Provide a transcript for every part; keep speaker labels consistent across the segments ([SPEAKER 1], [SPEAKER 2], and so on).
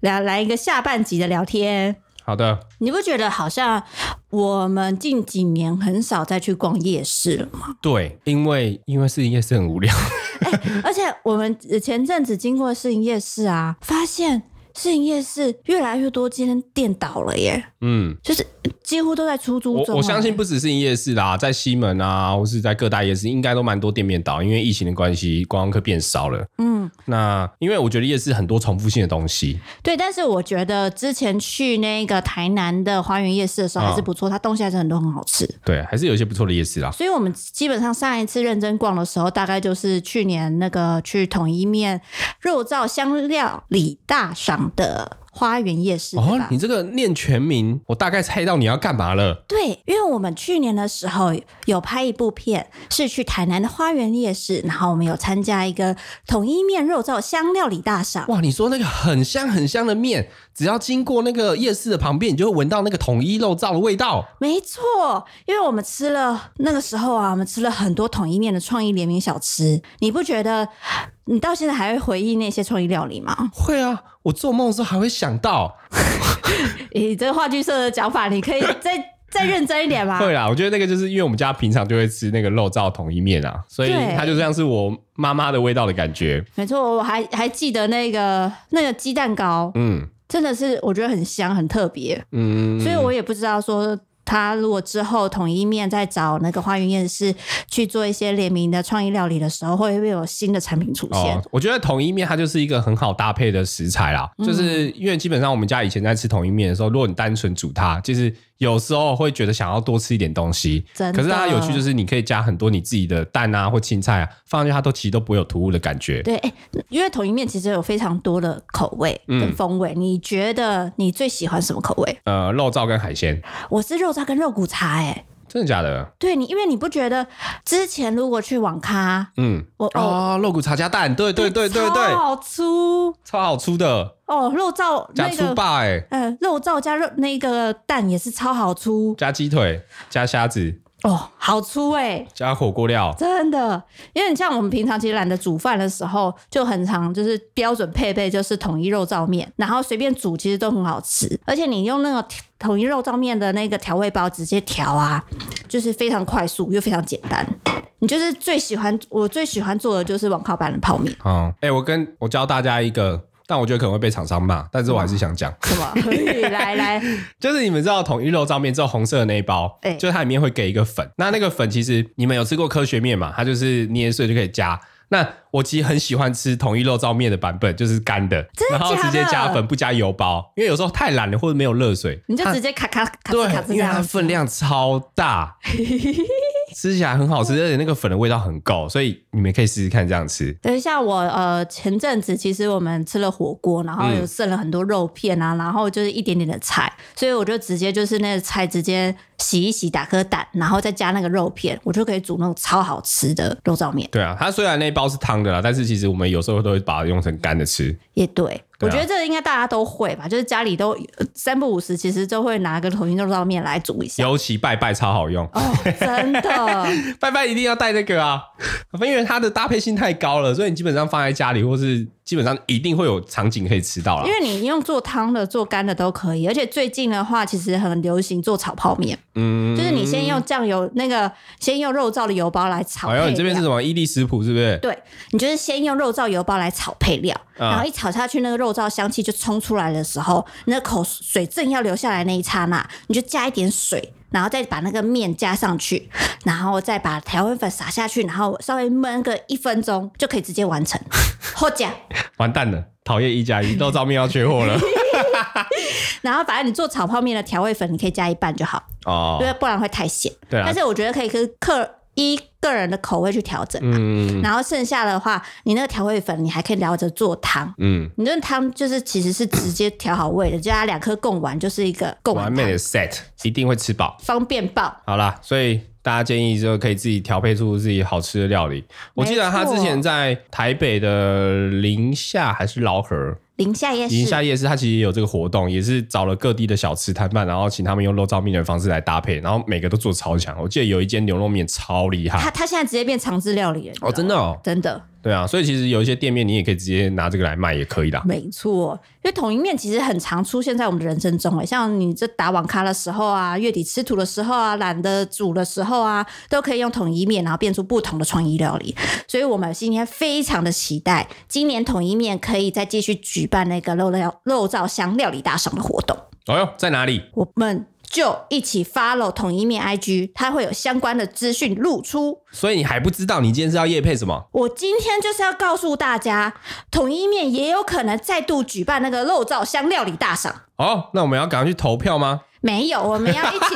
[SPEAKER 1] 来来一个下半集的聊天。
[SPEAKER 2] 好的，
[SPEAKER 1] 你不觉得好像我们近几年很少再去逛夜市了 吗？哎
[SPEAKER 2] 对，因为因为市营夜市很无聊，
[SPEAKER 1] 而且我们呃前阵子经过市营夜市啊，发现市营夜市越来越多今天店倒了耶，
[SPEAKER 2] 嗯。
[SPEAKER 1] 就是几乎都在出租
[SPEAKER 2] 我
[SPEAKER 1] 中啊、
[SPEAKER 2] 我相信不只是营夜市啦，在西门啊，或是在各大夜市，应该都蛮多店面倒，因为疫情的关系，观光客变少了。
[SPEAKER 1] 嗯，
[SPEAKER 2] 那因为我觉得夜市很多重复性的东西，
[SPEAKER 1] 对，但是我觉得之前去那个台南的花园夜市的时候
[SPEAKER 2] 啊
[SPEAKER 1] 还是不错，它东西还是很多很好吃。
[SPEAKER 2] 对，还是有一些不错的夜市啦。
[SPEAKER 1] 所以我们基本上上一次认真逛的时候，大概就是去年那个去统一面肉燥香料李大赏的花园夜市，对
[SPEAKER 2] 哦
[SPEAKER 1] 吧，
[SPEAKER 2] 你这个念全名，我大概猜到你要干嘛了。
[SPEAKER 1] 对，因为我们去年的时候有拍一部片，是去台南的花园夜市，然后我们有参加一个统一面肉燥香料理大赏。
[SPEAKER 2] 哇，你说那个很香很香的面，只要经过那个夜市的旁边，你就会闻到那个统一肉燥的味道。
[SPEAKER 1] 没错，因为我们吃了那个时候啊，我们吃了很多统一面的创意联名小吃，你不觉得你到现在还会回忆那些创意料理吗？
[SPEAKER 2] 会啊，我做梦的时候还会想到。
[SPEAKER 1] 你这话剧社的讲法，你可以 再再认真一点吗？
[SPEAKER 2] 会啦，我觉得那个就是因为我们家平常就会吃那个肉燥统一面啊，所以
[SPEAKER 1] 对
[SPEAKER 2] 它就像是我妈妈的味道的感觉。
[SPEAKER 1] 没错，我还还记得那个那个鸡蛋糕，
[SPEAKER 2] 嗯
[SPEAKER 1] 真的是我觉得很香，很特别，
[SPEAKER 2] 嗯，
[SPEAKER 1] 所以我也不知道说。他如果之后统一面再找那个花园夜市去做一些联名的创意料理的时候，会不会有新的产品出现？
[SPEAKER 2] 哦，我觉得统一面它就是一个很好搭配的食材啦，
[SPEAKER 1] 嗯
[SPEAKER 2] 就是因为基本上我们家以前在吃统一面的时候，如果你单纯煮它，就是有时候会觉得想要多吃一点东西，
[SPEAKER 1] 真的
[SPEAKER 2] 可是它有趣就是你可以加很多你自己的蛋啊或青菜啊，放进去它都其实都不会有突兀的感觉。
[SPEAKER 1] 对，哎，因为统一面其实有非常多的口味跟风味，你觉得你最喜欢什么口味？
[SPEAKER 2] 呃，肉燥跟海鲜，
[SPEAKER 1] 我是肉燥跟肉骨茶、哎，
[SPEAKER 2] 真的假的？
[SPEAKER 1] 对你，因为你不觉得之前如果去网咖，
[SPEAKER 2] 嗯，
[SPEAKER 1] 我哦，
[SPEAKER 2] 哦，肉骨茶加蛋，对对对对对
[SPEAKER 1] 超，好粗
[SPEAKER 2] 超好吃的，
[SPEAKER 1] 哦，肉燥
[SPEAKER 2] 加
[SPEAKER 1] 那
[SPEAKER 2] 粗
[SPEAKER 1] 个
[SPEAKER 2] 霸哎、
[SPEAKER 1] 呃肉燥加肉那个蛋也是超好粗
[SPEAKER 2] 加鸡腿，加虾子，
[SPEAKER 1] 哦，好粗哎、
[SPEAKER 2] 加火锅料，
[SPEAKER 1] 真的，因为你像我们平常其实懒得煮饭的时候，就很常就是标准配备就是统一肉燥面，然后随便煮其实都很好吃，而且你用那个统一肉燥面的那个调味包直接调啊，就是非常快速又非常简单。你就是最喜欢我最喜欢做的就是网咖版的泡面，
[SPEAKER 2] 哦，哎、我跟我教大家一个，但我觉得可能会被厂商骂，但是我还是想讲，
[SPEAKER 1] 什么？来来，
[SPEAKER 2] 就是你们知道统一肉燥面之后红色的那一包，
[SPEAKER 1] 哎
[SPEAKER 2] 就是它里面会给一个粉，那那个粉其实你们有吃过科学面嘛？它就是捏碎就可以加。那我其实很喜欢吃统一肉燥面的版本，就是干的，
[SPEAKER 1] 真的
[SPEAKER 2] 然
[SPEAKER 1] 假
[SPEAKER 2] 后
[SPEAKER 1] 的
[SPEAKER 2] 直接加粉不加油包，因为有时候太懒了或者没有热水，
[SPEAKER 1] 你就
[SPEAKER 2] 它
[SPEAKER 1] 直接咔咔咔哧
[SPEAKER 2] 对
[SPEAKER 1] 咔哧，这
[SPEAKER 2] 因为
[SPEAKER 1] 样
[SPEAKER 2] 它
[SPEAKER 1] 子
[SPEAKER 2] 分量超大，吃起来很好吃，
[SPEAKER 1] 嗯
[SPEAKER 2] 而且那个粉的味道很够，所以你们可以试试看这样 吃。
[SPEAKER 1] 等一下我，呃前阵子其实我们吃了火锅，然后
[SPEAKER 2] 嗯
[SPEAKER 1] 有剩了很多肉片啊，然后就是一点点的菜，所以我就直接就是那个菜直接洗一洗，打颗蛋，然后再加那个肉片，我就可以煮那种超好吃的肉燥面。
[SPEAKER 2] 对啊，它虽然那一包是汤的啦，但是其实我们有时候都会把它用成干的吃。
[SPEAKER 1] 也对，我
[SPEAKER 2] 对啊
[SPEAKER 1] 觉得这个应该大家都会吧，就是家里都呃三不五时，其实都会拿个统一肉燥面来煮一下。
[SPEAKER 2] 尤其拜拜超好用，
[SPEAKER 1] 哦，真 的，
[SPEAKER 2] 拜拜一定要带那个啊，因为它的搭配性太高了，所以你基本上放在家里或是基本上一定会有场景可以吃到啦
[SPEAKER 1] 因。为你用做汤的、做干的都可以，而且最近的话，其实很流行做炒泡面。
[SPEAKER 2] 嗯，
[SPEAKER 1] 就是你先用酱油那个，先用肉燥的油包来炒
[SPEAKER 2] 哎
[SPEAKER 1] 配
[SPEAKER 2] 呦，
[SPEAKER 1] 料。
[SPEAKER 2] 你这边是什么伊利食谱是不是？
[SPEAKER 1] 对，你就是先用肉燥油包来炒配料，
[SPEAKER 2] 啊
[SPEAKER 1] 然后一炒下去，那个肉燥香气就冲出来的时候，你的口水正要流下来那一刹那，你就加一点水，然后再把那个面加上去，然后再把调味粉撒下去，然后稍微焖个一分钟就可以直接完 成。好假，
[SPEAKER 2] 完蛋了，讨厌一加一肉燥面要 缺货了
[SPEAKER 1] 然后反正你做炒泡面的调味粉，你可以加一半就好，
[SPEAKER 2] 哦
[SPEAKER 1] 因。为不然会太咸。
[SPEAKER 2] 对啊
[SPEAKER 1] 但，是我觉得可以跟客依个人的口味去调整。
[SPEAKER 2] 嗯
[SPEAKER 1] 然后剩下的话，你那个调味粉你还可以聊着做汤。
[SPEAKER 2] 嗯，
[SPEAKER 1] 你这汤就是其实是直接调好味的，加两颗贡丸就是一个贡
[SPEAKER 2] 完
[SPEAKER 1] 丸
[SPEAKER 2] 美
[SPEAKER 1] 汤，
[SPEAKER 2] 的 set 一定会吃饱。
[SPEAKER 1] 方便爆。
[SPEAKER 2] 好啦，所以大家建议就可以自己调配出自己好吃的料理。我记得他之前在台北的宁夏还是劳河
[SPEAKER 1] 宁夏夜
[SPEAKER 2] 宁
[SPEAKER 1] 市，
[SPEAKER 2] 夏夜市，他其实也有这个活动，也是找了各地的小吃摊贩，然后请他们用肉燥面的方式来搭配，然后每个都做超强。我记得有一间牛肉面超厉害
[SPEAKER 1] 它它现在直接变长治料理了，你知道
[SPEAKER 2] 哦，
[SPEAKER 1] 吗
[SPEAKER 2] 真的哦。
[SPEAKER 1] 真的。
[SPEAKER 2] 对啊，所以其实有一些店面你也可以直接拿这个来卖也可以啦。
[SPEAKER 1] 没错，因为统一面其实很常出现在我们的人生中诶，欸像你这打网咖的时候啊，月底吃土的时候啊，懒得煮的时候啊，都可以用统一面，然后变出不同的创意料理。所以我们今天非常的期待，今年统一面可以再继续举办那个肉料肉燥香料理大赏的活动，
[SPEAKER 2] 哦哟，在哪里？
[SPEAKER 1] 我们就一起 follow 统一面 IG，它会有相关的资讯露出。
[SPEAKER 2] 所以你还不知道你今天是要夜配什么？
[SPEAKER 1] 我今天就是要告诉大家，统一面也有可能再度举办那个肉燥香料理大赏。
[SPEAKER 2] 哦，那我们要赶快去投票吗
[SPEAKER 1] 没有，我们要一 起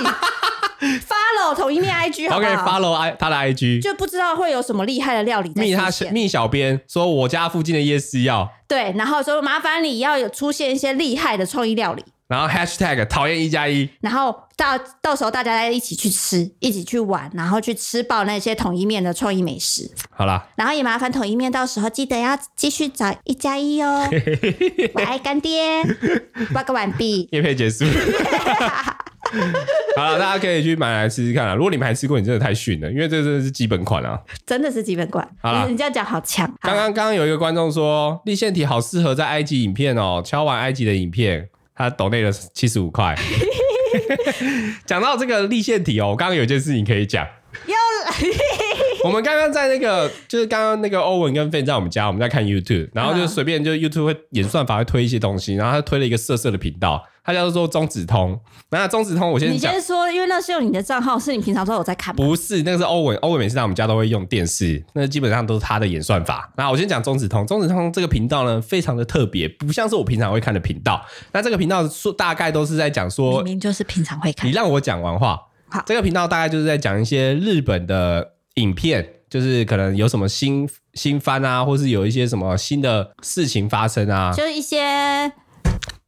[SPEAKER 1] follow 统一面 IG 好不好
[SPEAKER 2] ？OK，follow、I 他的 IG，
[SPEAKER 1] 就不知道会有什么厉害的料理在
[SPEAKER 2] 密
[SPEAKER 1] 出
[SPEAKER 2] 他
[SPEAKER 1] 现。
[SPEAKER 2] 密小编说我家附近的夜市要，
[SPEAKER 1] 对，然后说麻烦你要有出现一些厉害的创意料理，
[SPEAKER 2] 然后 Hashtag 讨厌一加一，
[SPEAKER 1] 然后到到时候大家一起去吃，一起去玩，然后去吃爆那些统一面的创意美食。
[SPEAKER 2] 好啦，
[SPEAKER 1] 然后也麻烦统一面到时候记得要继续找一加一 哦。我爱干爹，报个完毕。
[SPEAKER 2] 夜配结 束。好了，大家可以去买来试试看啊！如果你们还吃过，你真的太逊了，因为这真的是基本款啊。
[SPEAKER 1] 真的是基本款。
[SPEAKER 2] 好啦
[SPEAKER 1] 你你这样讲好强。好
[SPEAKER 2] 刚刚刚刚有一个观众说，立线体好适合在埃及影片哦，敲完埃及的影片，他抖内了七十五块。讲到这个立线体哦，我刚刚有一件事情可以讲。我们刚刚在那个，就是刚刚那个欧文跟 Fan 在我们家，我们在看 YouTube，然后就随便就 YouTube 会演算法会推一些东西，然后他推了一个色色的频道，他叫做中指通。那中指通，我先
[SPEAKER 1] 你
[SPEAKER 2] 讲
[SPEAKER 1] 先，说，因为那是用你的账号，是你平常都有在看吗？
[SPEAKER 2] 不是，那个是欧文，欧文每次来我们家都会用电视，那基本上都是他的演算法。那我先讲中子通，中子通这个频道呢，非常的特别，不像是我平常会看的频道。那这个频道说大概都是在讲说
[SPEAKER 1] 明，明就是平常会看
[SPEAKER 2] 你。让我讲完话
[SPEAKER 1] 好。
[SPEAKER 2] 这个频道大概就是在讲一些日本的影片，就是可能有什么新新番啊，或是有一些什么新的事情发生啊。
[SPEAKER 1] 就是一些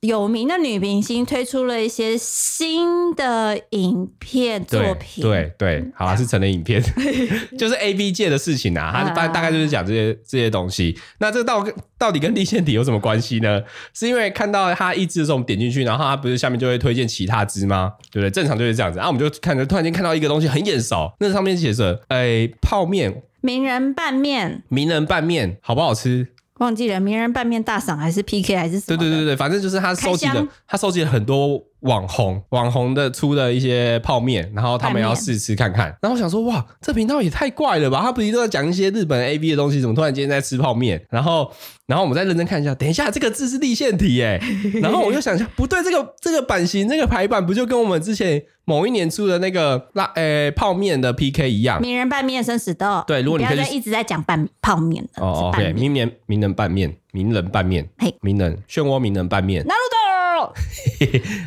[SPEAKER 1] 有名的女明星推出了一些新的影片作
[SPEAKER 2] 对
[SPEAKER 1] 品，，嗯
[SPEAKER 2] 对对，好啦，是成人 影片， 就是 A B 界的事情啊。它大
[SPEAKER 1] 啊
[SPEAKER 2] 大概就是讲这些这些东西。那这到到底跟立线体有什么关系呢？是因为看到它一支的时候，我们点进去，然后它不是下面就会推荐其他支吗？对不对？正常就是这样子啊。我们就看着突然间看到一个东西很眼熟，那上面写着“哎、泡面
[SPEAKER 1] 名人拌面
[SPEAKER 2] 名人拌面好不好吃？”
[SPEAKER 1] 忘记了，名人拌面大赏还是 PK 还是什
[SPEAKER 2] 对
[SPEAKER 1] 么？
[SPEAKER 2] 对对对，反正就是他收集
[SPEAKER 1] 开
[SPEAKER 2] 了
[SPEAKER 1] 箱，
[SPEAKER 2] 他收集了很多网红网红的出的一些泡面，然后他们
[SPEAKER 1] 拌面
[SPEAKER 2] 要试吃看看。然后我想说，哇，这频道也太怪了吧！他不是都在讲一些日本 A V 的东西，怎么突然间在吃泡面？然后，然后我们再认真看一下，等一下这个字是立线体 耶。然后我就想一下，不对，这个这个版型，这个排版不就跟我们之前某一年出的那个辣诶、泡面的 P K 一样？
[SPEAKER 1] 名人拌面生死斗。
[SPEAKER 2] 对如果你
[SPEAKER 1] 不
[SPEAKER 2] 可
[SPEAKER 1] 要
[SPEAKER 2] 以去
[SPEAKER 1] 再一直在讲拌泡面了，
[SPEAKER 2] 哦
[SPEAKER 1] 是
[SPEAKER 2] ，OK，
[SPEAKER 1] 拌面。
[SPEAKER 2] 明年名人拌面，名人拌面
[SPEAKER 1] 嘿，
[SPEAKER 2] 名人漩涡名人拌面。
[SPEAKER 1] 拿鲁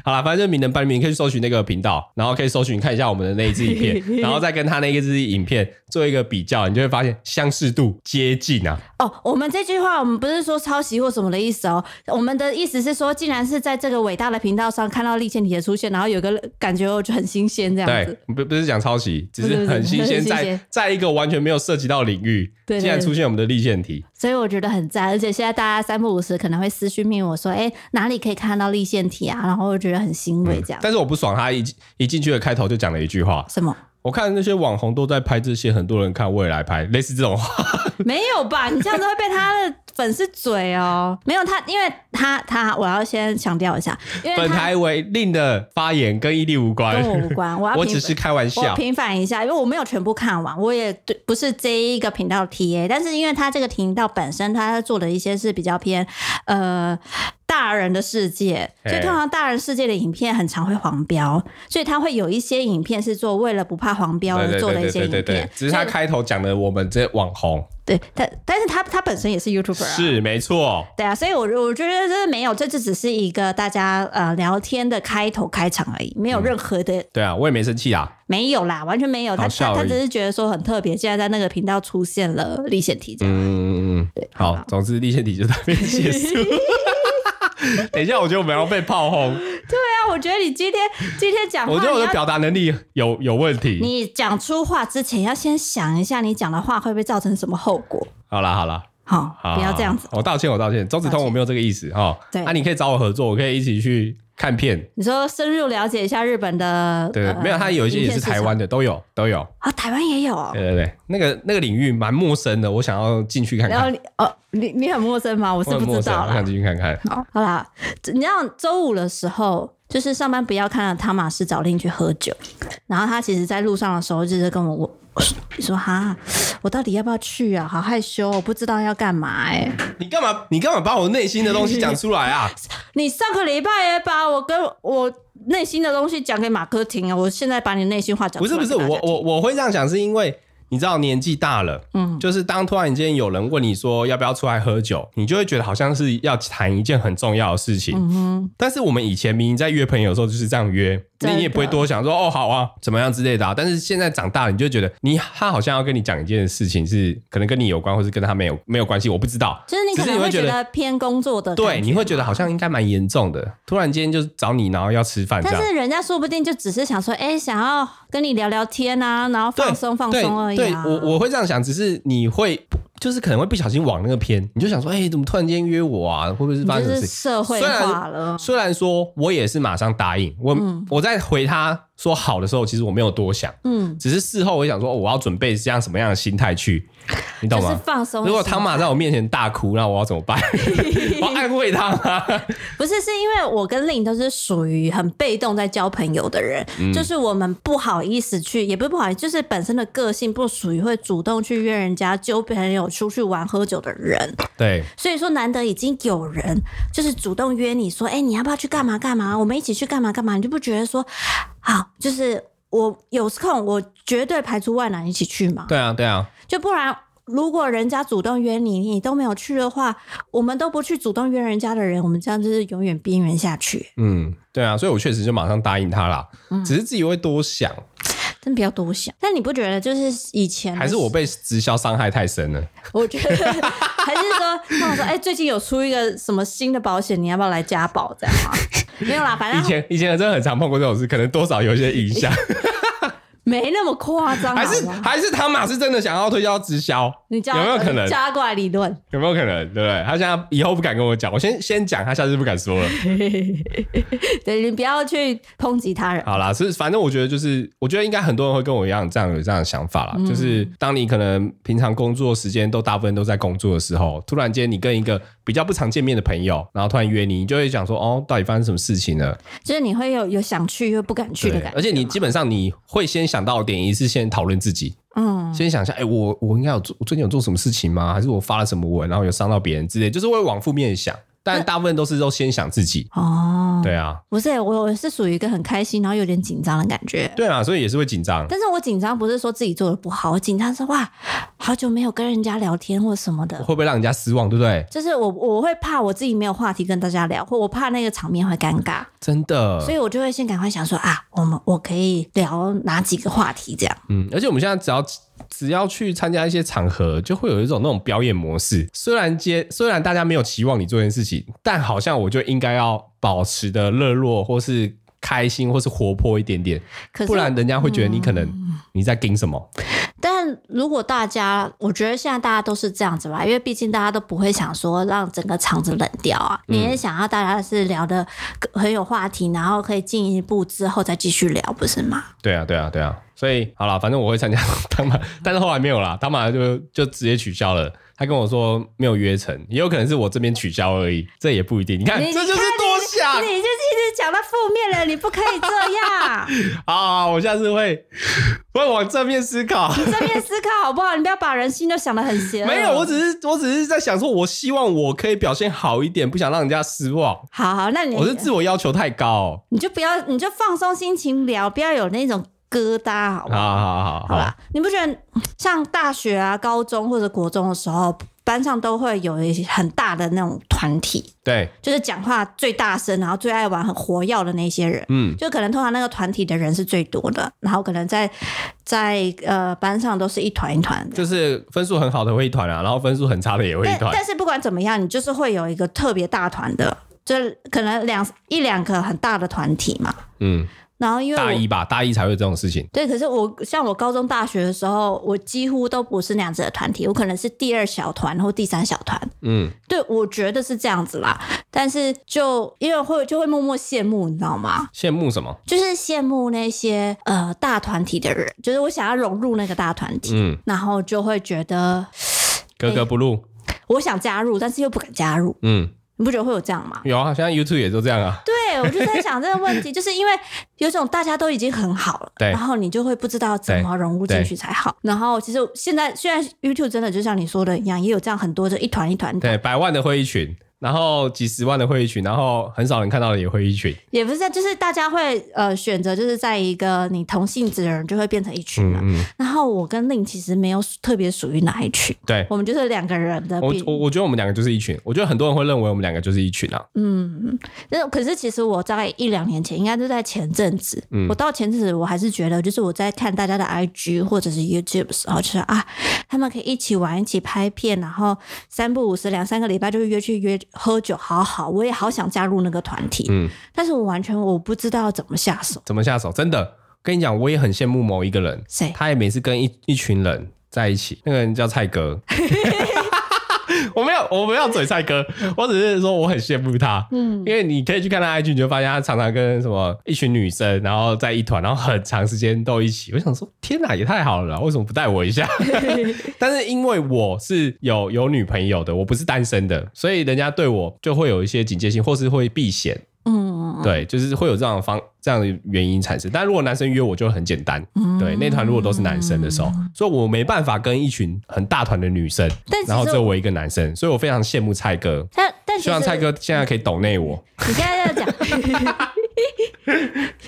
[SPEAKER 2] 好啦，反正就是名人拌面，你可以去搜寻那个频道，然后可以搜寻看一下我们的那一支影片，然后再跟他那一支影片做一个比较，你就会发现相似度接近啊。
[SPEAKER 1] 斗哦，我们这句话我们不是说抄袭或什么的意思哦，我们的意思是说，既然是在这个伟大的频道上看到立宪体的出现，然后有个感觉我就很新鲜这样
[SPEAKER 2] 对
[SPEAKER 1] 子。，
[SPEAKER 2] 不不是讲抄袭，只
[SPEAKER 1] 不
[SPEAKER 2] 是
[SPEAKER 1] 是不是
[SPEAKER 2] 很新鲜，
[SPEAKER 1] 很新
[SPEAKER 2] 在
[SPEAKER 1] 鲜
[SPEAKER 2] 在一个完全没有涉及到的领域，
[SPEAKER 1] 对
[SPEAKER 2] 竟然出现我们的立线题。
[SPEAKER 1] 所以我觉得很赞，而且现在大家三不五时可能会私讯命我说，哎、哪里可以看到立线体啊？然后我觉得很欣慰，这样、
[SPEAKER 2] 嗯但是我不爽，他一一进去的开头就讲了一句话，
[SPEAKER 1] 什么
[SPEAKER 2] 我看那些网红都在拍这些，很多人看，我也来拍，类似这种话。
[SPEAKER 1] 没有吧？你这样子会被他的粉丝嘴哦。没有他，因为他他我要先强调一下，因为
[SPEAKER 2] 本
[SPEAKER 1] 他
[SPEAKER 2] 台为令的发言跟伊利无关，
[SPEAKER 1] 跟我无关，我要
[SPEAKER 2] 我
[SPEAKER 1] 平
[SPEAKER 2] 只是开玩
[SPEAKER 1] 我
[SPEAKER 2] 笑。
[SPEAKER 1] 平反一下，因为我没有全部看完，我也对不是这一个频道的 TA，但是因为他这个频道本身他做的一些是比较偏呃大人的世界，
[SPEAKER 2] 嘿
[SPEAKER 1] 所以通常大人世界的影片很常会黄标，所以他会有一些影片是做为了不怕黄标而
[SPEAKER 2] 对
[SPEAKER 1] 做
[SPEAKER 2] 对
[SPEAKER 1] 的一
[SPEAKER 2] 对
[SPEAKER 1] 些
[SPEAKER 2] 对
[SPEAKER 1] 影
[SPEAKER 2] 对对
[SPEAKER 1] 片，，
[SPEAKER 2] 只是他开头讲的我们这网红
[SPEAKER 1] 对，但但是他他本身也是 YouTuber 啊。
[SPEAKER 2] 是没错，
[SPEAKER 1] 对啊，所以我我觉得这没有，这这只是一个大家呃聊天的开头开场而已，没
[SPEAKER 2] 嗯
[SPEAKER 1] 有任何的
[SPEAKER 2] 对啊，我也没生气啊，
[SPEAKER 1] 没有啦，完全没有。
[SPEAKER 2] 好
[SPEAKER 1] 他
[SPEAKER 2] 笑
[SPEAKER 1] 他他
[SPEAKER 2] 而已
[SPEAKER 1] 只是觉得说很特别，现在在那个频道出现了历险题这样。
[SPEAKER 2] 嗯嗯嗯嗯，好，总之立线体就到这边结 束。等一下，我觉得我们要被炮轰，
[SPEAKER 1] 对啊，我觉得你今天今天讲话，
[SPEAKER 2] 我觉得我
[SPEAKER 1] 你
[SPEAKER 2] 的
[SPEAKER 1] 要
[SPEAKER 2] 表达能力有有问题。
[SPEAKER 1] 你讲出话之前要先想一下，你讲的话会不会造成什么后果？
[SPEAKER 2] 好啦好啦，
[SPEAKER 1] 好，
[SPEAKER 2] 好，
[SPEAKER 1] 不要这样子。
[SPEAKER 2] 我道歉我道歉，周子
[SPEAKER 1] 道
[SPEAKER 2] 通
[SPEAKER 1] 歉
[SPEAKER 2] 我没有这个意思哈。
[SPEAKER 1] 对
[SPEAKER 2] 啊，你可以找我合作，我可以一起去看片，
[SPEAKER 1] 你说深入了解一下日本的，
[SPEAKER 2] 对，
[SPEAKER 1] 呃
[SPEAKER 2] 没有，它有一些也是台湾的，都有都有。
[SPEAKER 1] 啊，台湾也有哦。
[SPEAKER 2] 对对对，那个那个领域蛮陌生的，我想要进去看
[SPEAKER 1] 然后
[SPEAKER 2] 看。
[SPEAKER 1] 你哦，你你很陌生吗？我是
[SPEAKER 2] 我很
[SPEAKER 1] 不
[SPEAKER 2] 陌
[SPEAKER 1] 知
[SPEAKER 2] 生，
[SPEAKER 1] 道
[SPEAKER 2] 我
[SPEAKER 1] 啦
[SPEAKER 2] 想。进去看看。
[SPEAKER 1] 好，哦好啦，你知道周五的时候，就是上班不要看汤马斯找令去喝酒，然后他其实在路上的时候，就是跟我我我说哈，我到底要不要去啊？好害羞哦，我不知道要干嘛哎、
[SPEAKER 2] 你干嘛？你干嘛把我内心的东西讲出来 啊？
[SPEAKER 1] 你上个礼拜也把我跟我内心的东西讲给马克听啊，我现在把你内心话讲
[SPEAKER 2] 不是
[SPEAKER 1] 出来
[SPEAKER 2] 不是，
[SPEAKER 1] 给大家
[SPEAKER 2] 我我我会这样想，是因为你知道年纪大了，嗯，就是当突然间有人问你说要不要出来喝酒，你就会觉得好像是要谈一件很重要的事情。嗯但是我们以前明明在约朋友的时候就是这样约，
[SPEAKER 1] 真
[SPEAKER 2] 你
[SPEAKER 1] 的
[SPEAKER 2] 也不会多想说哦好啊怎么样之类的、啊。但是现在长大了，你就觉得你他好像要跟你讲一件事情是可能跟你有关，或是跟他没有没有关系，我不知道。
[SPEAKER 1] 就是你可
[SPEAKER 2] 只是
[SPEAKER 1] 能
[SPEAKER 2] 你会
[SPEAKER 1] 会
[SPEAKER 2] 觉
[SPEAKER 1] 觉
[SPEAKER 2] 得
[SPEAKER 1] 得偏工作的，
[SPEAKER 2] 对，你会觉得好像。应该蛮严重的，突然间就找你，然后要吃饭这
[SPEAKER 1] 但
[SPEAKER 2] 样。
[SPEAKER 1] 是人家说不定就只是想说，哎、想要跟你聊聊天啊，然后
[SPEAKER 2] 对
[SPEAKER 1] 放松放
[SPEAKER 2] 对
[SPEAKER 1] 松而已、
[SPEAKER 2] 对
[SPEAKER 1] 啊。
[SPEAKER 2] 我我会这样想，只是你会就是可能会不小心往那个偏，你就想说，哎、怎么突然间约我啊？会不会是
[SPEAKER 1] 你
[SPEAKER 2] 发生什
[SPEAKER 1] 就
[SPEAKER 2] 么事
[SPEAKER 1] 是
[SPEAKER 2] 情？
[SPEAKER 1] 社会化了，
[SPEAKER 2] 虽然说我也是马上答应，我、我在回他说好的时候，其实我没有多想，
[SPEAKER 1] 嗯，
[SPEAKER 2] 只是事后我想说，哦我要准备这样什么样的心态去，你
[SPEAKER 1] 就
[SPEAKER 2] 懂
[SPEAKER 1] 是
[SPEAKER 2] 吗？
[SPEAKER 1] 放松。
[SPEAKER 2] 如果汤马在我面前大哭，那我要怎么办？ 我要安慰他吗？
[SPEAKER 1] 不是，是因为我跟令都是属于很被动在交朋友的人，
[SPEAKER 2] 嗯
[SPEAKER 1] 就是我们不好意思去，也不是不好意思，就是本身的个性不属于会主动去约人家、揪朋友出去玩、喝酒的人。
[SPEAKER 2] 对，
[SPEAKER 1] 所以说，难得已经有人就是主动约你说，哎、你要不要去干嘛干嘛？我们一起去干嘛干嘛？你就不觉得说，好，就是我有空，我绝对排除万难一起去嘛。
[SPEAKER 2] 对啊，对啊，
[SPEAKER 1] 就不然，如果人家主动约你，你都没有去的话，我们都不去主动约人家的人，我们这样就是永远边缘下去。
[SPEAKER 2] 嗯，对啊，所以我确实就马上答应他啦，
[SPEAKER 1] 嗯
[SPEAKER 2] 只是自己会多想，
[SPEAKER 1] 真不要多想。但你不觉得就是以前的
[SPEAKER 2] 还是我？被直销伤害太深了。
[SPEAKER 1] 我觉得还是说，那我说，哎、最近有出一个什么新的保险，你要不要来加保这样吗？没有啦，反
[SPEAKER 2] 以
[SPEAKER 1] 正
[SPEAKER 2] 前以前真的很常碰过这种事，可能多少有一些影响，
[SPEAKER 1] 没那么夸张，
[SPEAKER 2] 还
[SPEAKER 1] 哎
[SPEAKER 2] 是
[SPEAKER 1] 好吗
[SPEAKER 2] 还是汤马是真的想要推销直销，
[SPEAKER 1] 你加
[SPEAKER 2] 有没有可 能？
[SPEAKER 1] 加过来理论？
[SPEAKER 2] 有没有可能？对不对？他现在以后不敢跟我讲，我先先讲，他下次不敢说了。
[SPEAKER 1] 对你不要去抨击他人。
[SPEAKER 2] 好啦，是反正我觉得就是，我觉得应该很多人会跟我一样这样有这样的想法
[SPEAKER 1] 嗯
[SPEAKER 2] 啦，就是当你可能平常工作时间都大部分都在工作的时候，突然间你跟一个比较不常见面的朋友，然后突然约你，你就会想说，哦，到底发生什么事情了？
[SPEAKER 1] 就是你会有有想去又不敢去的
[SPEAKER 2] 对，
[SPEAKER 1] 感觉嘛，
[SPEAKER 2] 而且你基本上你会先想到的点，一是先讨论自己，
[SPEAKER 1] 嗯，
[SPEAKER 2] 先想一下，哎、我我应该有做，我最近有做什么事情吗？还是我发了什么文，然后有伤到别人之类，就是会往负面想。但大部分都是都先想自己，
[SPEAKER 1] 哦，
[SPEAKER 2] 对啊，
[SPEAKER 1] 不是，我我是属于一个很开心，然后有点紧张的感觉。
[SPEAKER 2] 对啊，所以也是会紧张。
[SPEAKER 1] 但是我紧张不是说自己做的不好，我紧张是哇，好久没有跟人家聊天或什么的，
[SPEAKER 2] 会不会让人家失望，对不对？
[SPEAKER 1] 就是我我会怕我自己没有话题跟大家聊，或我怕那个场面会尴尬，
[SPEAKER 2] 真的，
[SPEAKER 1] 所以我就会先赶快想说啊，我们我可以聊哪几个话题这样。
[SPEAKER 2] 嗯，而且我们现在只要只要去参加一些场合，就会有一种那种表演模式。虽然接虽然大家没有期望你做这件事情，但好像我就应该要保持的热络，或是开心，或是活泼一点点，
[SPEAKER 1] 可
[SPEAKER 2] 不然
[SPEAKER 1] 是，嗯
[SPEAKER 2] 人家会觉得你可能你在盯什么。
[SPEAKER 1] 但如果大家，我觉得现在大家都是这样子吧，因为毕竟大家都不会想说让整个场子冷掉啊，
[SPEAKER 2] 嗯
[SPEAKER 1] 你也想要大家是聊的很有话题，然后可以进一步之后再继续聊，不是吗？
[SPEAKER 2] 对啊，对啊，对啊，所以好了，反正我会参加 当马，但是后来没有啦，当马就就直接取消了。他跟我说没有约成，也有可能是我这边取消而已，这也不一定。你看，
[SPEAKER 1] 你
[SPEAKER 2] 哎这就是多想。
[SPEAKER 1] 你就是一直讲到负面了，你不可以这样，
[SPEAKER 2] 好好，好我下次会 会往正面思考。
[SPEAKER 1] 正面思考好不好？你不要把人心都想得很邪恶。
[SPEAKER 2] 没有，我只是我只是在想说，我希望我可以表现好一点，不想让人家失望。
[SPEAKER 1] 好好，那你
[SPEAKER 2] 我是自我要求太高、
[SPEAKER 1] 你就不要，你就放松心情聊，不要有那种疙瘩，好不
[SPEAKER 2] 好
[SPEAKER 1] 好？
[SPEAKER 2] 好好
[SPEAKER 1] 好
[SPEAKER 2] 好
[SPEAKER 1] 吧，你不觉得像大学啊、高中或者国中的时候，班上都会有一些很大的那种团体，
[SPEAKER 2] 对，
[SPEAKER 1] 就是讲话最大声，然后最爱玩、很活跃的那些人。
[SPEAKER 2] 嗯，
[SPEAKER 1] 就可能通常那个团体的人是最多的，然后可能在在呃班上都是一团一团的，
[SPEAKER 2] 就是分数很好的会一团啊，然后分数很差的也会一
[SPEAKER 1] 但
[SPEAKER 2] 团。
[SPEAKER 1] 但是不管怎么样，你就是会有一个特别大团的，就可能两一两个很大的团体嘛。
[SPEAKER 2] 嗯，
[SPEAKER 1] 然后因为
[SPEAKER 2] 大
[SPEAKER 1] 我
[SPEAKER 2] 一吧，大一才会有这种事情。
[SPEAKER 1] 对，可是我像我高中、大学的时候，我几乎都不是那样子的团体，我可能是第二小团或第三小团。
[SPEAKER 2] 嗯，
[SPEAKER 1] 对，我觉得是这样子啦。但是就因为会就会默默羡慕，你知道吗？
[SPEAKER 2] 羡慕什么？
[SPEAKER 1] 就是羡慕那些呃大团体的人，就是我想要融入那个大团体，
[SPEAKER 2] 嗯，
[SPEAKER 1] 然后就会觉得
[SPEAKER 2] 格格不入。
[SPEAKER 1] 我想加入，但是又不敢加入。
[SPEAKER 2] 嗯，
[SPEAKER 1] 你不觉得会有这样吗？
[SPEAKER 2] 有啊，现在 YouTube 也都这样啊。
[SPEAKER 1] 对，我就在想这个问 题，就是因为有种大家都已经很好了，
[SPEAKER 2] 对
[SPEAKER 1] 然后你就会不知道怎么融入进去才好。然后其实现在虽然 YouTube 真的就像你说的一样，也有这样很多的一团一团的，
[SPEAKER 2] 对，百万的会议群，然后几十万的会议群，然后很少人看到的也会议群。
[SPEAKER 1] 也不是就是大家会呃选择就是在一个你同性质的人就会变成一群
[SPEAKER 2] 嗯
[SPEAKER 1] 了。
[SPEAKER 2] 嗯，
[SPEAKER 1] 然后我跟令其实没有特别属于哪一群，
[SPEAKER 2] 对。
[SPEAKER 1] 我们就是两个人的
[SPEAKER 2] 我
[SPEAKER 1] 比。
[SPEAKER 2] 我我觉得我们两个就是一群，我觉得很多人会认为我们两个就是一群啊。
[SPEAKER 1] 那可是其实我大概一两年前，应该就在前阵子，
[SPEAKER 2] 嗯
[SPEAKER 1] 我到前阵子我还是觉得，就是我在看大家的 IG 或者是 YouTube 的时候，就是啊，他们可以一起玩，一起拍片，然后三不五时两三个礼拜就约去约喝酒，好好，我也好想加入那个团体，
[SPEAKER 2] 嗯
[SPEAKER 1] 但是我完全我不知道怎么下手。
[SPEAKER 2] 怎么下手？真的，跟你讲，我也很羡慕某一个人，
[SPEAKER 1] 谁？
[SPEAKER 2] 他也每次跟一一群人在一起，那个人叫蔡哥。 我没有，我没有嘴蔡哥，我只是说我很羡慕他，
[SPEAKER 1] 嗯，
[SPEAKER 2] 因为你可以去看他 IG，你就发现他常常跟什么一群女生，然后在一团，然后很长时间都一起。我想说，天哪，也太好了啦，为什么不带我一下？但是因为我是有有女朋友的，我不是单身的，所以人家对我就会有一些警戒心，或是会避嫌。
[SPEAKER 1] 嗯，
[SPEAKER 2] 对，就是会有这样的方这样的原因产生。但如果男生约我就很简单，
[SPEAKER 1] 嗯
[SPEAKER 2] 对，那团如果都是男生的时候，所以我没办法跟一群很大团的女生，
[SPEAKER 1] 但其
[SPEAKER 2] 然后只
[SPEAKER 1] 实
[SPEAKER 2] 有
[SPEAKER 1] 我。
[SPEAKER 2] 我一个男生，所以我非常羡慕蔡哥，
[SPEAKER 1] 但但其
[SPEAKER 2] 希望
[SPEAKER 1] 实
[SPEAKER 2] 蔡哥现在可以抖内我。
[SPEAKER 1] 你现在在讲。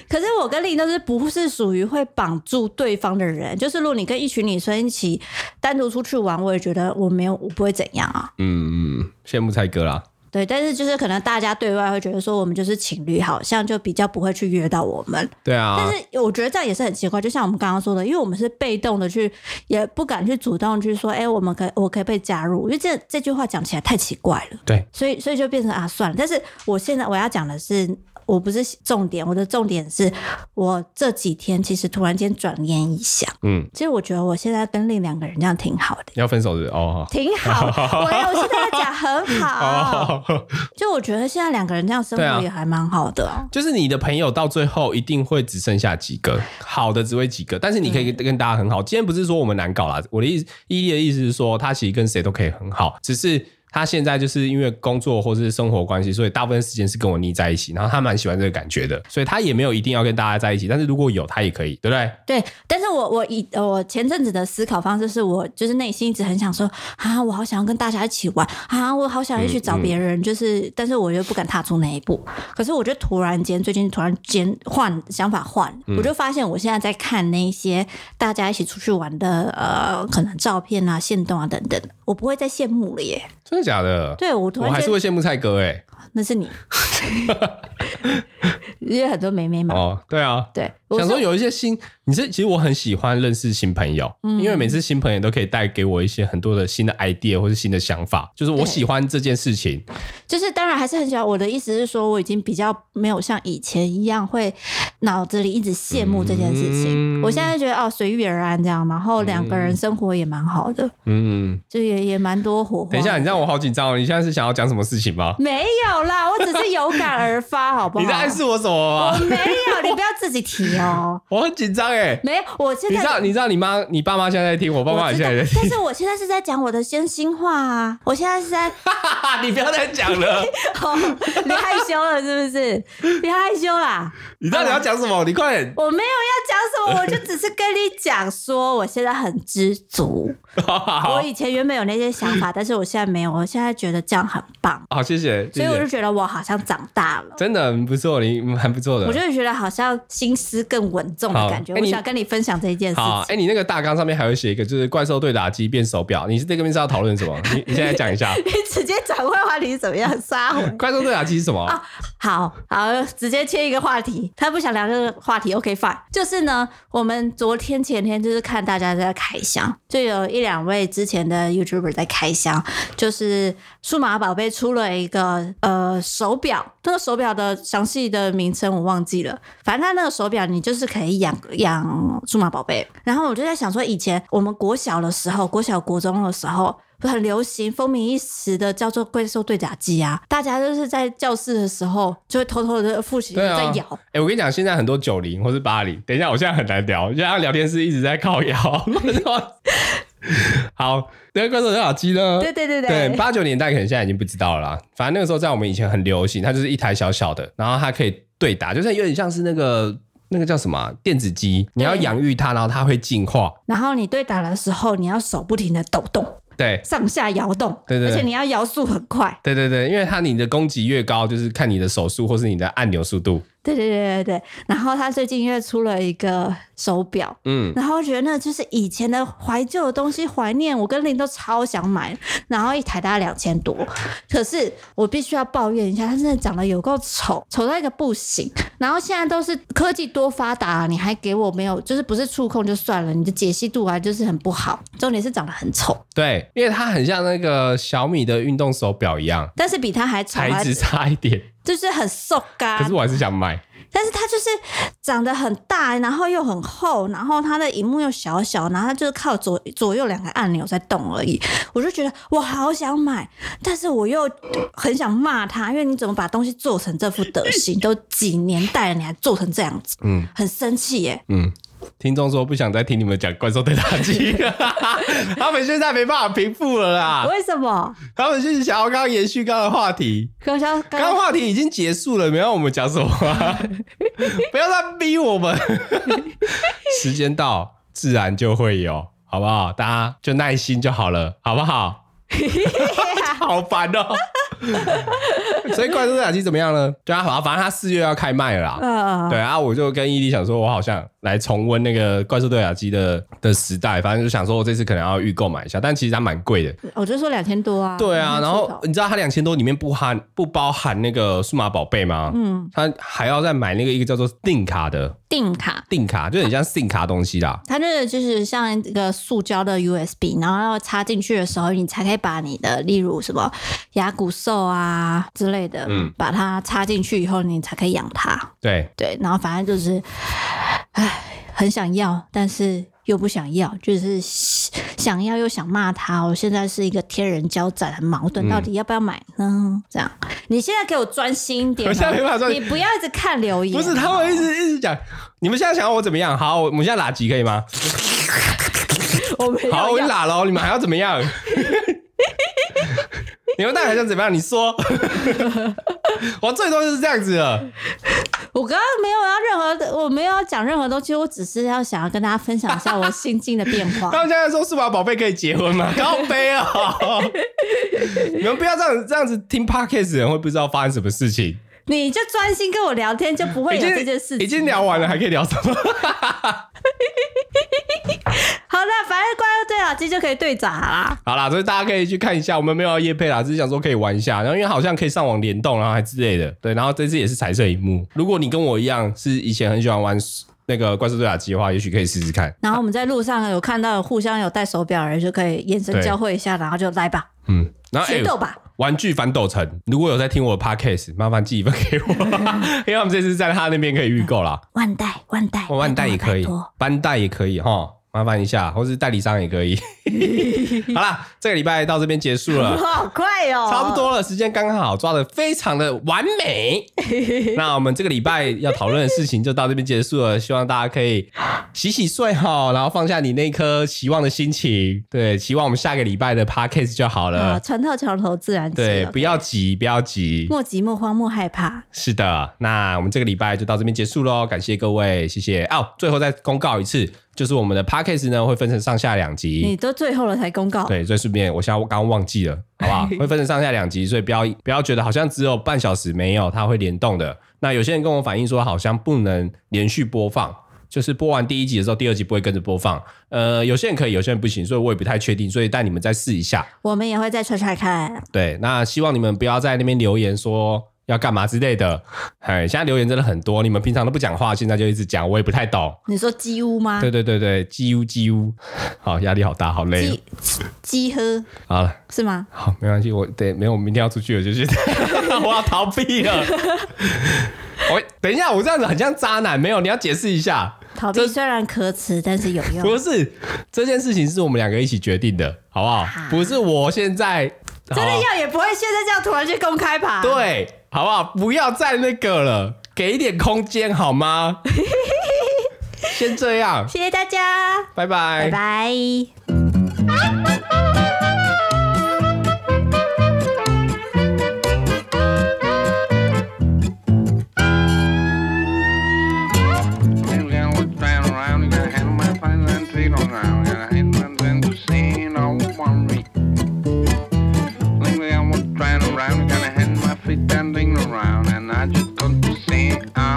[SPEAKER 1] 可是我跟丽都是不是属于会绑住对方的人，就是如果你跟一群女生一起单独出去玩，我也觉得我没有，我不会怎样啊。
[SPEAKER 2] 嗯嗯，羡慕蔡哥啦。
[SPEAKER 1] 对，但是就是可能大家对外会觉得说我们就是情侣，好像就比较不会去约到我们。
[SPEAKER 2] 对啊
[SPEAKER 1] 但，是我觉得这样也是很奇怪，就像我们刚刚说的，因为我们是被动的去，也不敢去主动去说，哎、我们可我可以被加入，因为这这句话讲起来太奇怪了。
[SPEAKER 2] 对，
[SPEAKER 1] 所以所以就变成啊算了。但是我现在我要讲的是，我不是重点，我的重点是我这几天其实突然间转念一想，
[SPEAKER 2] 嗯，
[SPEAKER 1] 其实我觉得我现在跟另两个人这样挺好的。
[SPEAKER 2] 要分手是不是哦。
[SPEAKER 1] 挺好， 我我现在讲很好，
[SPEAKER 2] 哦，
[SPEAKER 1] 就我觉得现在两个人这样生
[SPEAKER 2] 对啊
[SPEAKER 1] 活也还蛮好的啊、
[SPEAKER 2] 就是你的朋友到最后一定会只剩下几个，好的只会几个，但是你可以跟大家很好。今天不是说我们难搞啦，我的意思，伊利的意思是说，他其实跟谁都可以很好，只是他现在就是因为工作或是生活关系，所以大部分时间是跟我腻在一起，然后他蛮喜欢这个感觉的，所以他也没有一定要跟大家在一起，但是如果有他也可以，对不对？
[SPEAKER 1] 对，但是我我以呃我前阵子的思考方式是我就是内心一直很想说啊，我好想要跟大家一起玩啊，我好想要去
[SPEAKER 2] 嗯
[SPEAKER 1] 找别人，就是但是我又不敢踏出那一步。可是我就突然间最近突然间换想法换了，
[SPEAKER 2] 嗯
[SPEAKER 1] 我就发现我现在在看那些大家一起出去玩的呃可能照片啊、线动啊等等，我不会再羡慕了耶。
[SPEAKER 2] 真的假的？
[SPEAKER 1] 对我突
[SPEAKER 2] 我
[SPEAKER 1] 然
[SPEAKER 2] 还
[SPEAKER 1] 间
[SPEAKER 2] 是会羡慕蔡哥哎、
[SPEAKER 1] 那是 你，因为很多妹妹嘛。
[SPEAKER 2] 哦，对啊。
[SPEAKER 1] 对，我
[SPEAKER 2] 想
[SPEAKER 1] 是
[SPEAKER 2] 说有一些新，你是其实我很喜欢认识新朋友，
[SPEAKER 1] 嗯
[SPEAKER 2] 因为每次新朋友都可以带给我一些很多的新的 idea 或是新的想法，就是我
[SPEAKER 1] 对
[SPEAKER 2] 喜欢这件事情。
[SPEAKER 1] 就是当然还是很喜欢。我的意思是说，我已经比较没有像以前一样会脑子里一直羡慕这件事情。
[SPEAKER 2] 嗯
[SPEAKER 1] 我现在觉得哦，随遇而安这样，然后两个人生活也蛮好的，
[SPEAKER 2] 嗯，
[SPEAKER 1] 就也也蛮多火花。
[SPEAKER 2] 等一下，你让我好紧张哦！你现在是想要讲什么事情吗？
[SPEAKER 1] 没有啦，我只是有感而发，好不好？
[SPEAKER 2] 你在暗示我什么
[SPEAKER 1] 我
[SPEAKER 2] 吗？
[SPEAKER 1] 没有，你不要自己提哦。
[SPEAKER 2] 我很紧张哎！
[SPEAKER 1] 没有，我现
[SPEAKER 2] 你知
[SPEAKER 1] 在
[SPEAKER 2] 道，你知道你妈、你爸妈现在在听，我爸妈
[SPEAKER 1] 我
[SPEAKER 2] 也
[SPEAKER 1] 知
[SPEAKER 2] 现
[SPEAKER 1] 道
[SPEAKER 2] 在在，听。
[SPEAKER 1] 但是我现在是在讲我的真心话啊！我现在是在， 哦
[SPEAKER 2] 哈哈，你不要再讲了！
[SPEAKER 1] 你害羞了是不是？别害羞啦！
[SPEAKER 2] 你到底要讲什么？你快点！
[SPEAKER 1] 我没有要讲什么，我就只是跟你讲说，我现在很知足。
[SPEAKER 2] 好啊好
[SPEAKER 1] 我
[SPEAKER 2] 好，
[SPEAKER 1] 以前原本有那些想法，但是我现在没有，我现在觉得这样很棒，
[SPEAKER 2] 好，谢谢，
[SPEAKER 1] 所
[SPEAKER 2] 谢
[SPEAKER 1] 以我就
[SPEAKER 2] 谢。
[SPEAKER 1] 觉得我好像长大了，
[SPEAKER 2] 真的很不错，你嗯还不错的。
[SPEAKER 1] 我就觉得好像心思更稳重的
[SPEAKER 2] 好，
[SPEAKER 1] 感觉。
[SPEAKER 2] 哎，
[SPEAKER 1] 我
[SPEAKER 2] 你
[SPEAKER 1] 想跟你分享这一件事
[SPEAKER 2] 好，
[SPEAKER 1] 情。
[SPEAKER 2] 哎、你那个大纲上面还有写一个，就是怪兽对打机变手表，你是这个面是要讨论什么？你你现在讲一下，
[SPEAKER 1] 你直接转换话题是怎么样？撒 谎。
[SPEAKER 2] 怪兽对打机 是什么？
[SPEAKER 1] 啊好好，直接切一个话题。他不想聊这个话题，OK fine。就是呢，我们昨天前天就是看大家在开箱，就有一两位之前的 YouTuber 在开箱，就是数码宝贝出了一个呃手表，这个呃手表的详细的名称我忘记了，反正它那个手表你就是可以养养数码宝贝。然后我就在想说，以前我们国小的时候，国小国中的时候。很流行、风靡一时的叫做怪兽对打机啊，大家就是在教室的时候就会偷偷的复习，
[SPEAKER 2] 对啊
[SPEAKER 1] 在咬。
[SPEAKER 2] 哎、我跟你讲，现在很多九零或是八零，等一下，我现在很难聊，就像聊天室一直在靠腰。 好，那个怪兽对打机呢？
[SPEAKER 1] 对对对
[SPEAKER 2] 对，八九年代可能现在已经不知道了啦。反正那个时候在我们以前很流行，它就是一台小小的，然后它可以对打，就是有点像是那个那个叫什么啊、电子鸡，你要
[SPEAKER 1] 对
[SPEAKER 2] 养育它，然后它会进化。
[SPEAKER 1] 然后你对打的时候，你要手不停的抖动，
[SPEAKER 2] 对，
[SPEAKER 1] 上下摇动，
[SPEAKER 2] 对对对
[SPEAKER 1] 而且你要摇速很快。
[SPEAKER 2] 对对对，因为它你的攻击越高，就是看你的手速或是你的按钮速度。
[SPEAKER 1] 对对对对对。然后他最近又出了一个手表，
[SPEAKER 2] 嗯，
[SPEAKER 1] 然后我觉得那就是以前的怀旧的东西，怀念。我跟林都超想买，然后一台大概两千多，可是我必须要抱怨一下，它真的长得有够丑，丑到一个不行。然后现在都是科技多发达、你还给我没有，就是不是触控就算了，你的解析度啊就是很不好，重点是长得很丑，
[SPEAKER 2] 对，因为它很像那个小米的运动手表一样，
[SPEAKER 1] 但是比它还丑，
[SPEAKER 2] 材质差一点，
[SPEAKER 1] 就是很瘦嘎、
[SPEAKER 2] 可是我还是想买。
[SPEAKER 1] 但是它就是长得很大，然后又很厚，然后它的荧幕又小小，然后它就是靠左左右两个按钮在动而已。我就觉得我好想买，但是我又很想骂它，因为你怎么把东西做成这副德行？都几年代了，你还做成这样子，
[SPEAKER 2] 嗯
[SPEAKER 1] 很生气耶！
[SPEAKER 2] 嗯。听众说不想再听你们讲怪兽对打机， 他们现在没办法平复了啦。
[SPEAKER 1] 为什么？
[SPEAKER 2] 他们就是想要刚刚延续刚刚的话题，
[SPEAKER 1] 刚刚
[SPEAKER 2] 刚刚
[SPEAKER 1] 刚
[SPEAKER 2] 话题已经结束了，没让我们讲什么啊、不要再逼我们。时间到，自然就会有，好不好？大家就耐心就好了，好不好？好烦哦、所以怪兽对打机怎么样呢？对啊，好，反正他四月要开卖了啦。
[SPEAKER 1] 呃，
[SPEAKER 2] 对啊，我就跟伊利想说，我好像来重温那个怪兽对打机的的时代，反正就想说我这次可能要预购买一下，但其实它蛮贵的。
[SPEAKER 1] 我就说两千多啊。
[SPEAKER 2] 对啊，
[SPEAKER 1] 2000
[SPEAKER 2] 然
[SPEAKER 1] 出头
[SPEAKER 2] 后你知道它两千多里面不含不包含那个数码宝贝吗？
[SPEAKER 1] 嗯，
[SPEAKER 2] 它还要再买那个一个叫做定卡的
[SPEAKER 1] 定卡。
[SPEAKER 2] 定卡，就很像信卡东西啦。
[SPEAKER 1] 它就是就是像一个塑胶的 USB，然后要插进去的时候，你才可以把你的，例如什么牙骨兽啊之类的，
[SPEAKER 2] 嗯
[SPEAKER 1] 把它插进去以后，你才可以养它。
[SPEAKER 2] 对，
[SPEAKER 1] 对，然后反正就是，唉，很想要，但是又不想要，就是想要又想骂它。哦我现在是一个天人交战，很矛盾，
[SPEAKER 2] 嗯
[SPEAKER 1] 到底要不要买呢？这样，你现在给我专心一点、哦，
[SPEAKER 2] 我现在没办法专
[SPEAKER 1] 你不要一直看留言，
[SPEAKER 2] 不是他们一
[SPEAKER 1] 直，
[SPEAKER 2] 直一直讲，你们现在想要我怎么样？好，我们现在拉鸡可以吗？
[SPEAKER 1] 我没有
[SPEAKER 2] 好，我
[SPEAKER 1] 要
[SPEAKER 2] 就拉喽，你们还要怎么 样？你们到底还想怎么样？你说，我最多就是这样子了。
[SPEAKER 1] 我刚刚没有要任何的，我没有要讲任何东西，我只是要想要跟大家分享一下我心境的变化
[SPEAKER 2] 他。 们现在说数码宝贝可以结婚吗？高飞啊、 你们不要这样子这样子听 podcast 的人会不知道发生什么事情。
[SPEAKER 1] 你就专心跟我聊天，就不会
[SPEAKER 2] 已
[SPEAKER 1] 有
[SPEAKER 2] 经
[SPEAKER 1] 这件事情。啊
[SPEAKER 2] 已经聊完了，还可以聊什 么？哎
[SPEAKER 1] 好了，反正关于对讲机就可以对打啦。
[SPEAKER 2] 好啦，所以大家可以去看一下，我们没有要夜配啦，只是想说可以玩一下。然后因为好像可以上网联动，啊然后还之类的。对，然后这次也是彩色荧幕。如果你跟我一样是以前很喜欢玩那个怪兽对打机的话，也许可以试试看。
[SPEAKER 1] 然后我们在路上有看到有互相有戴手表的人，就可以眼神
[SPEAKER 2] 对
[SPEAKER 1] 交汇一下，然后就来吧，
[SPEAKER 2] 嗯，然后哎、
[SPEAKER 1] 决斗吧。
[SPEAKER 2] 玩具反斗城，如果有在听我的 podcast，麻烦 寄一份给我，因为我们这次在他那边可以预购啦。
[SPEAKER 1] 万代，万代，哎
[SPEAKER 2] 万万代也可以
[SPEAKER 1] 哦拜托拜托，
[SPEAKER 2] 班代也可以哈，麻烦一下，或是代理商也 可以。好啦，这个礼拜到这边结束了。
[SPEAKER 1] 哇，好快哦，
[SPEAKER 2] 差不。多了，时间刚刚好，抓的非常的完美。那我们这个礼拜要讨论的事情就到这边结束了，希望大家可以洗洗睡哈，然后放下你那颗期望的心情，对，期望我们下个礼拜的 podcast 就好了
[SPEAKER 1] 呃，。船到桥头自然直。
[SPEAKER 2] 对，不要急，不要急。
[SPEAKER 1] 莫急莫慌莫害怕。
[SPEAKER 2] 是的，那我们这个礼拜就到这边结束喽，感谢各位，谢谢哦。最后再公告一次，就是我们的 podcast 呢会分成上下两
[SPEAKER 1] 你
[SPEAKER 2] 集。
[SPEAKER 1] 都最后了才公告，
[SPEAKER 2] 嗯对，所以顺便，我现在刚刚忘记了，好不好？会分成上下两集，所以不要不要觉得好像只有半小时没有，它会联动的。那有些人跟我反映说，好像不能连续播放，就是播完第一集的时候，第二集不会跟着播放。呃，有些人可以，有些人不行，所以我也不太确定。所以带你们再试一下。
[SPEAKER 1] 我们也会再揣揣看。
[SPEAKER 2] 对，那希望你们不要在那边留言说要干嘛之类的。哎，现在留言真的很多，你们平常都不讲话，现在就一直讲，我也不太懂。
[SPEAKER 1] 你说鸡屋吗？
[SPEAKER 2] 对对对对，叽呜叽呜，好压力好大，好累哦。
[SPEAKER 1] 鸡鸡喝
[SPEAKER 2] 好了，
[SPEAKER 1] 是吗？
[SPEAKER 2] 好，没关系，我对，没有，我明天要出去了，就是 我要逃避了。 我等一下，我这样子很像渣男，没有，你要解释一下。
[SPEAKER 1] 逃避虽然可耻，但是有 用。
[SPEAKER 2] 不是这件事情是我们两个一起决定的，好不好？不是我现在
[SPEAKER 1] 啊真的
[SPEAKER 2] 好不好
[SPEAKER 1] 要啊也不会现在这样突然去公开吧？，
[SPEAKER 2] 对，啊好不好？不要再那个了，给一点空间 好吗？先这样，
[SPEAKER 1] 谢谢大家，
[SPEAKER 2] 拜拜
[SPEAKER 1] 拜拜。
[SPEAKER 3] You gotta look down around, you gotta handle my fine and treat on around, you gotta handle and then to see no one me. Lately I was trying around, you gotta hand my feet standing around, and I just couldn't see. I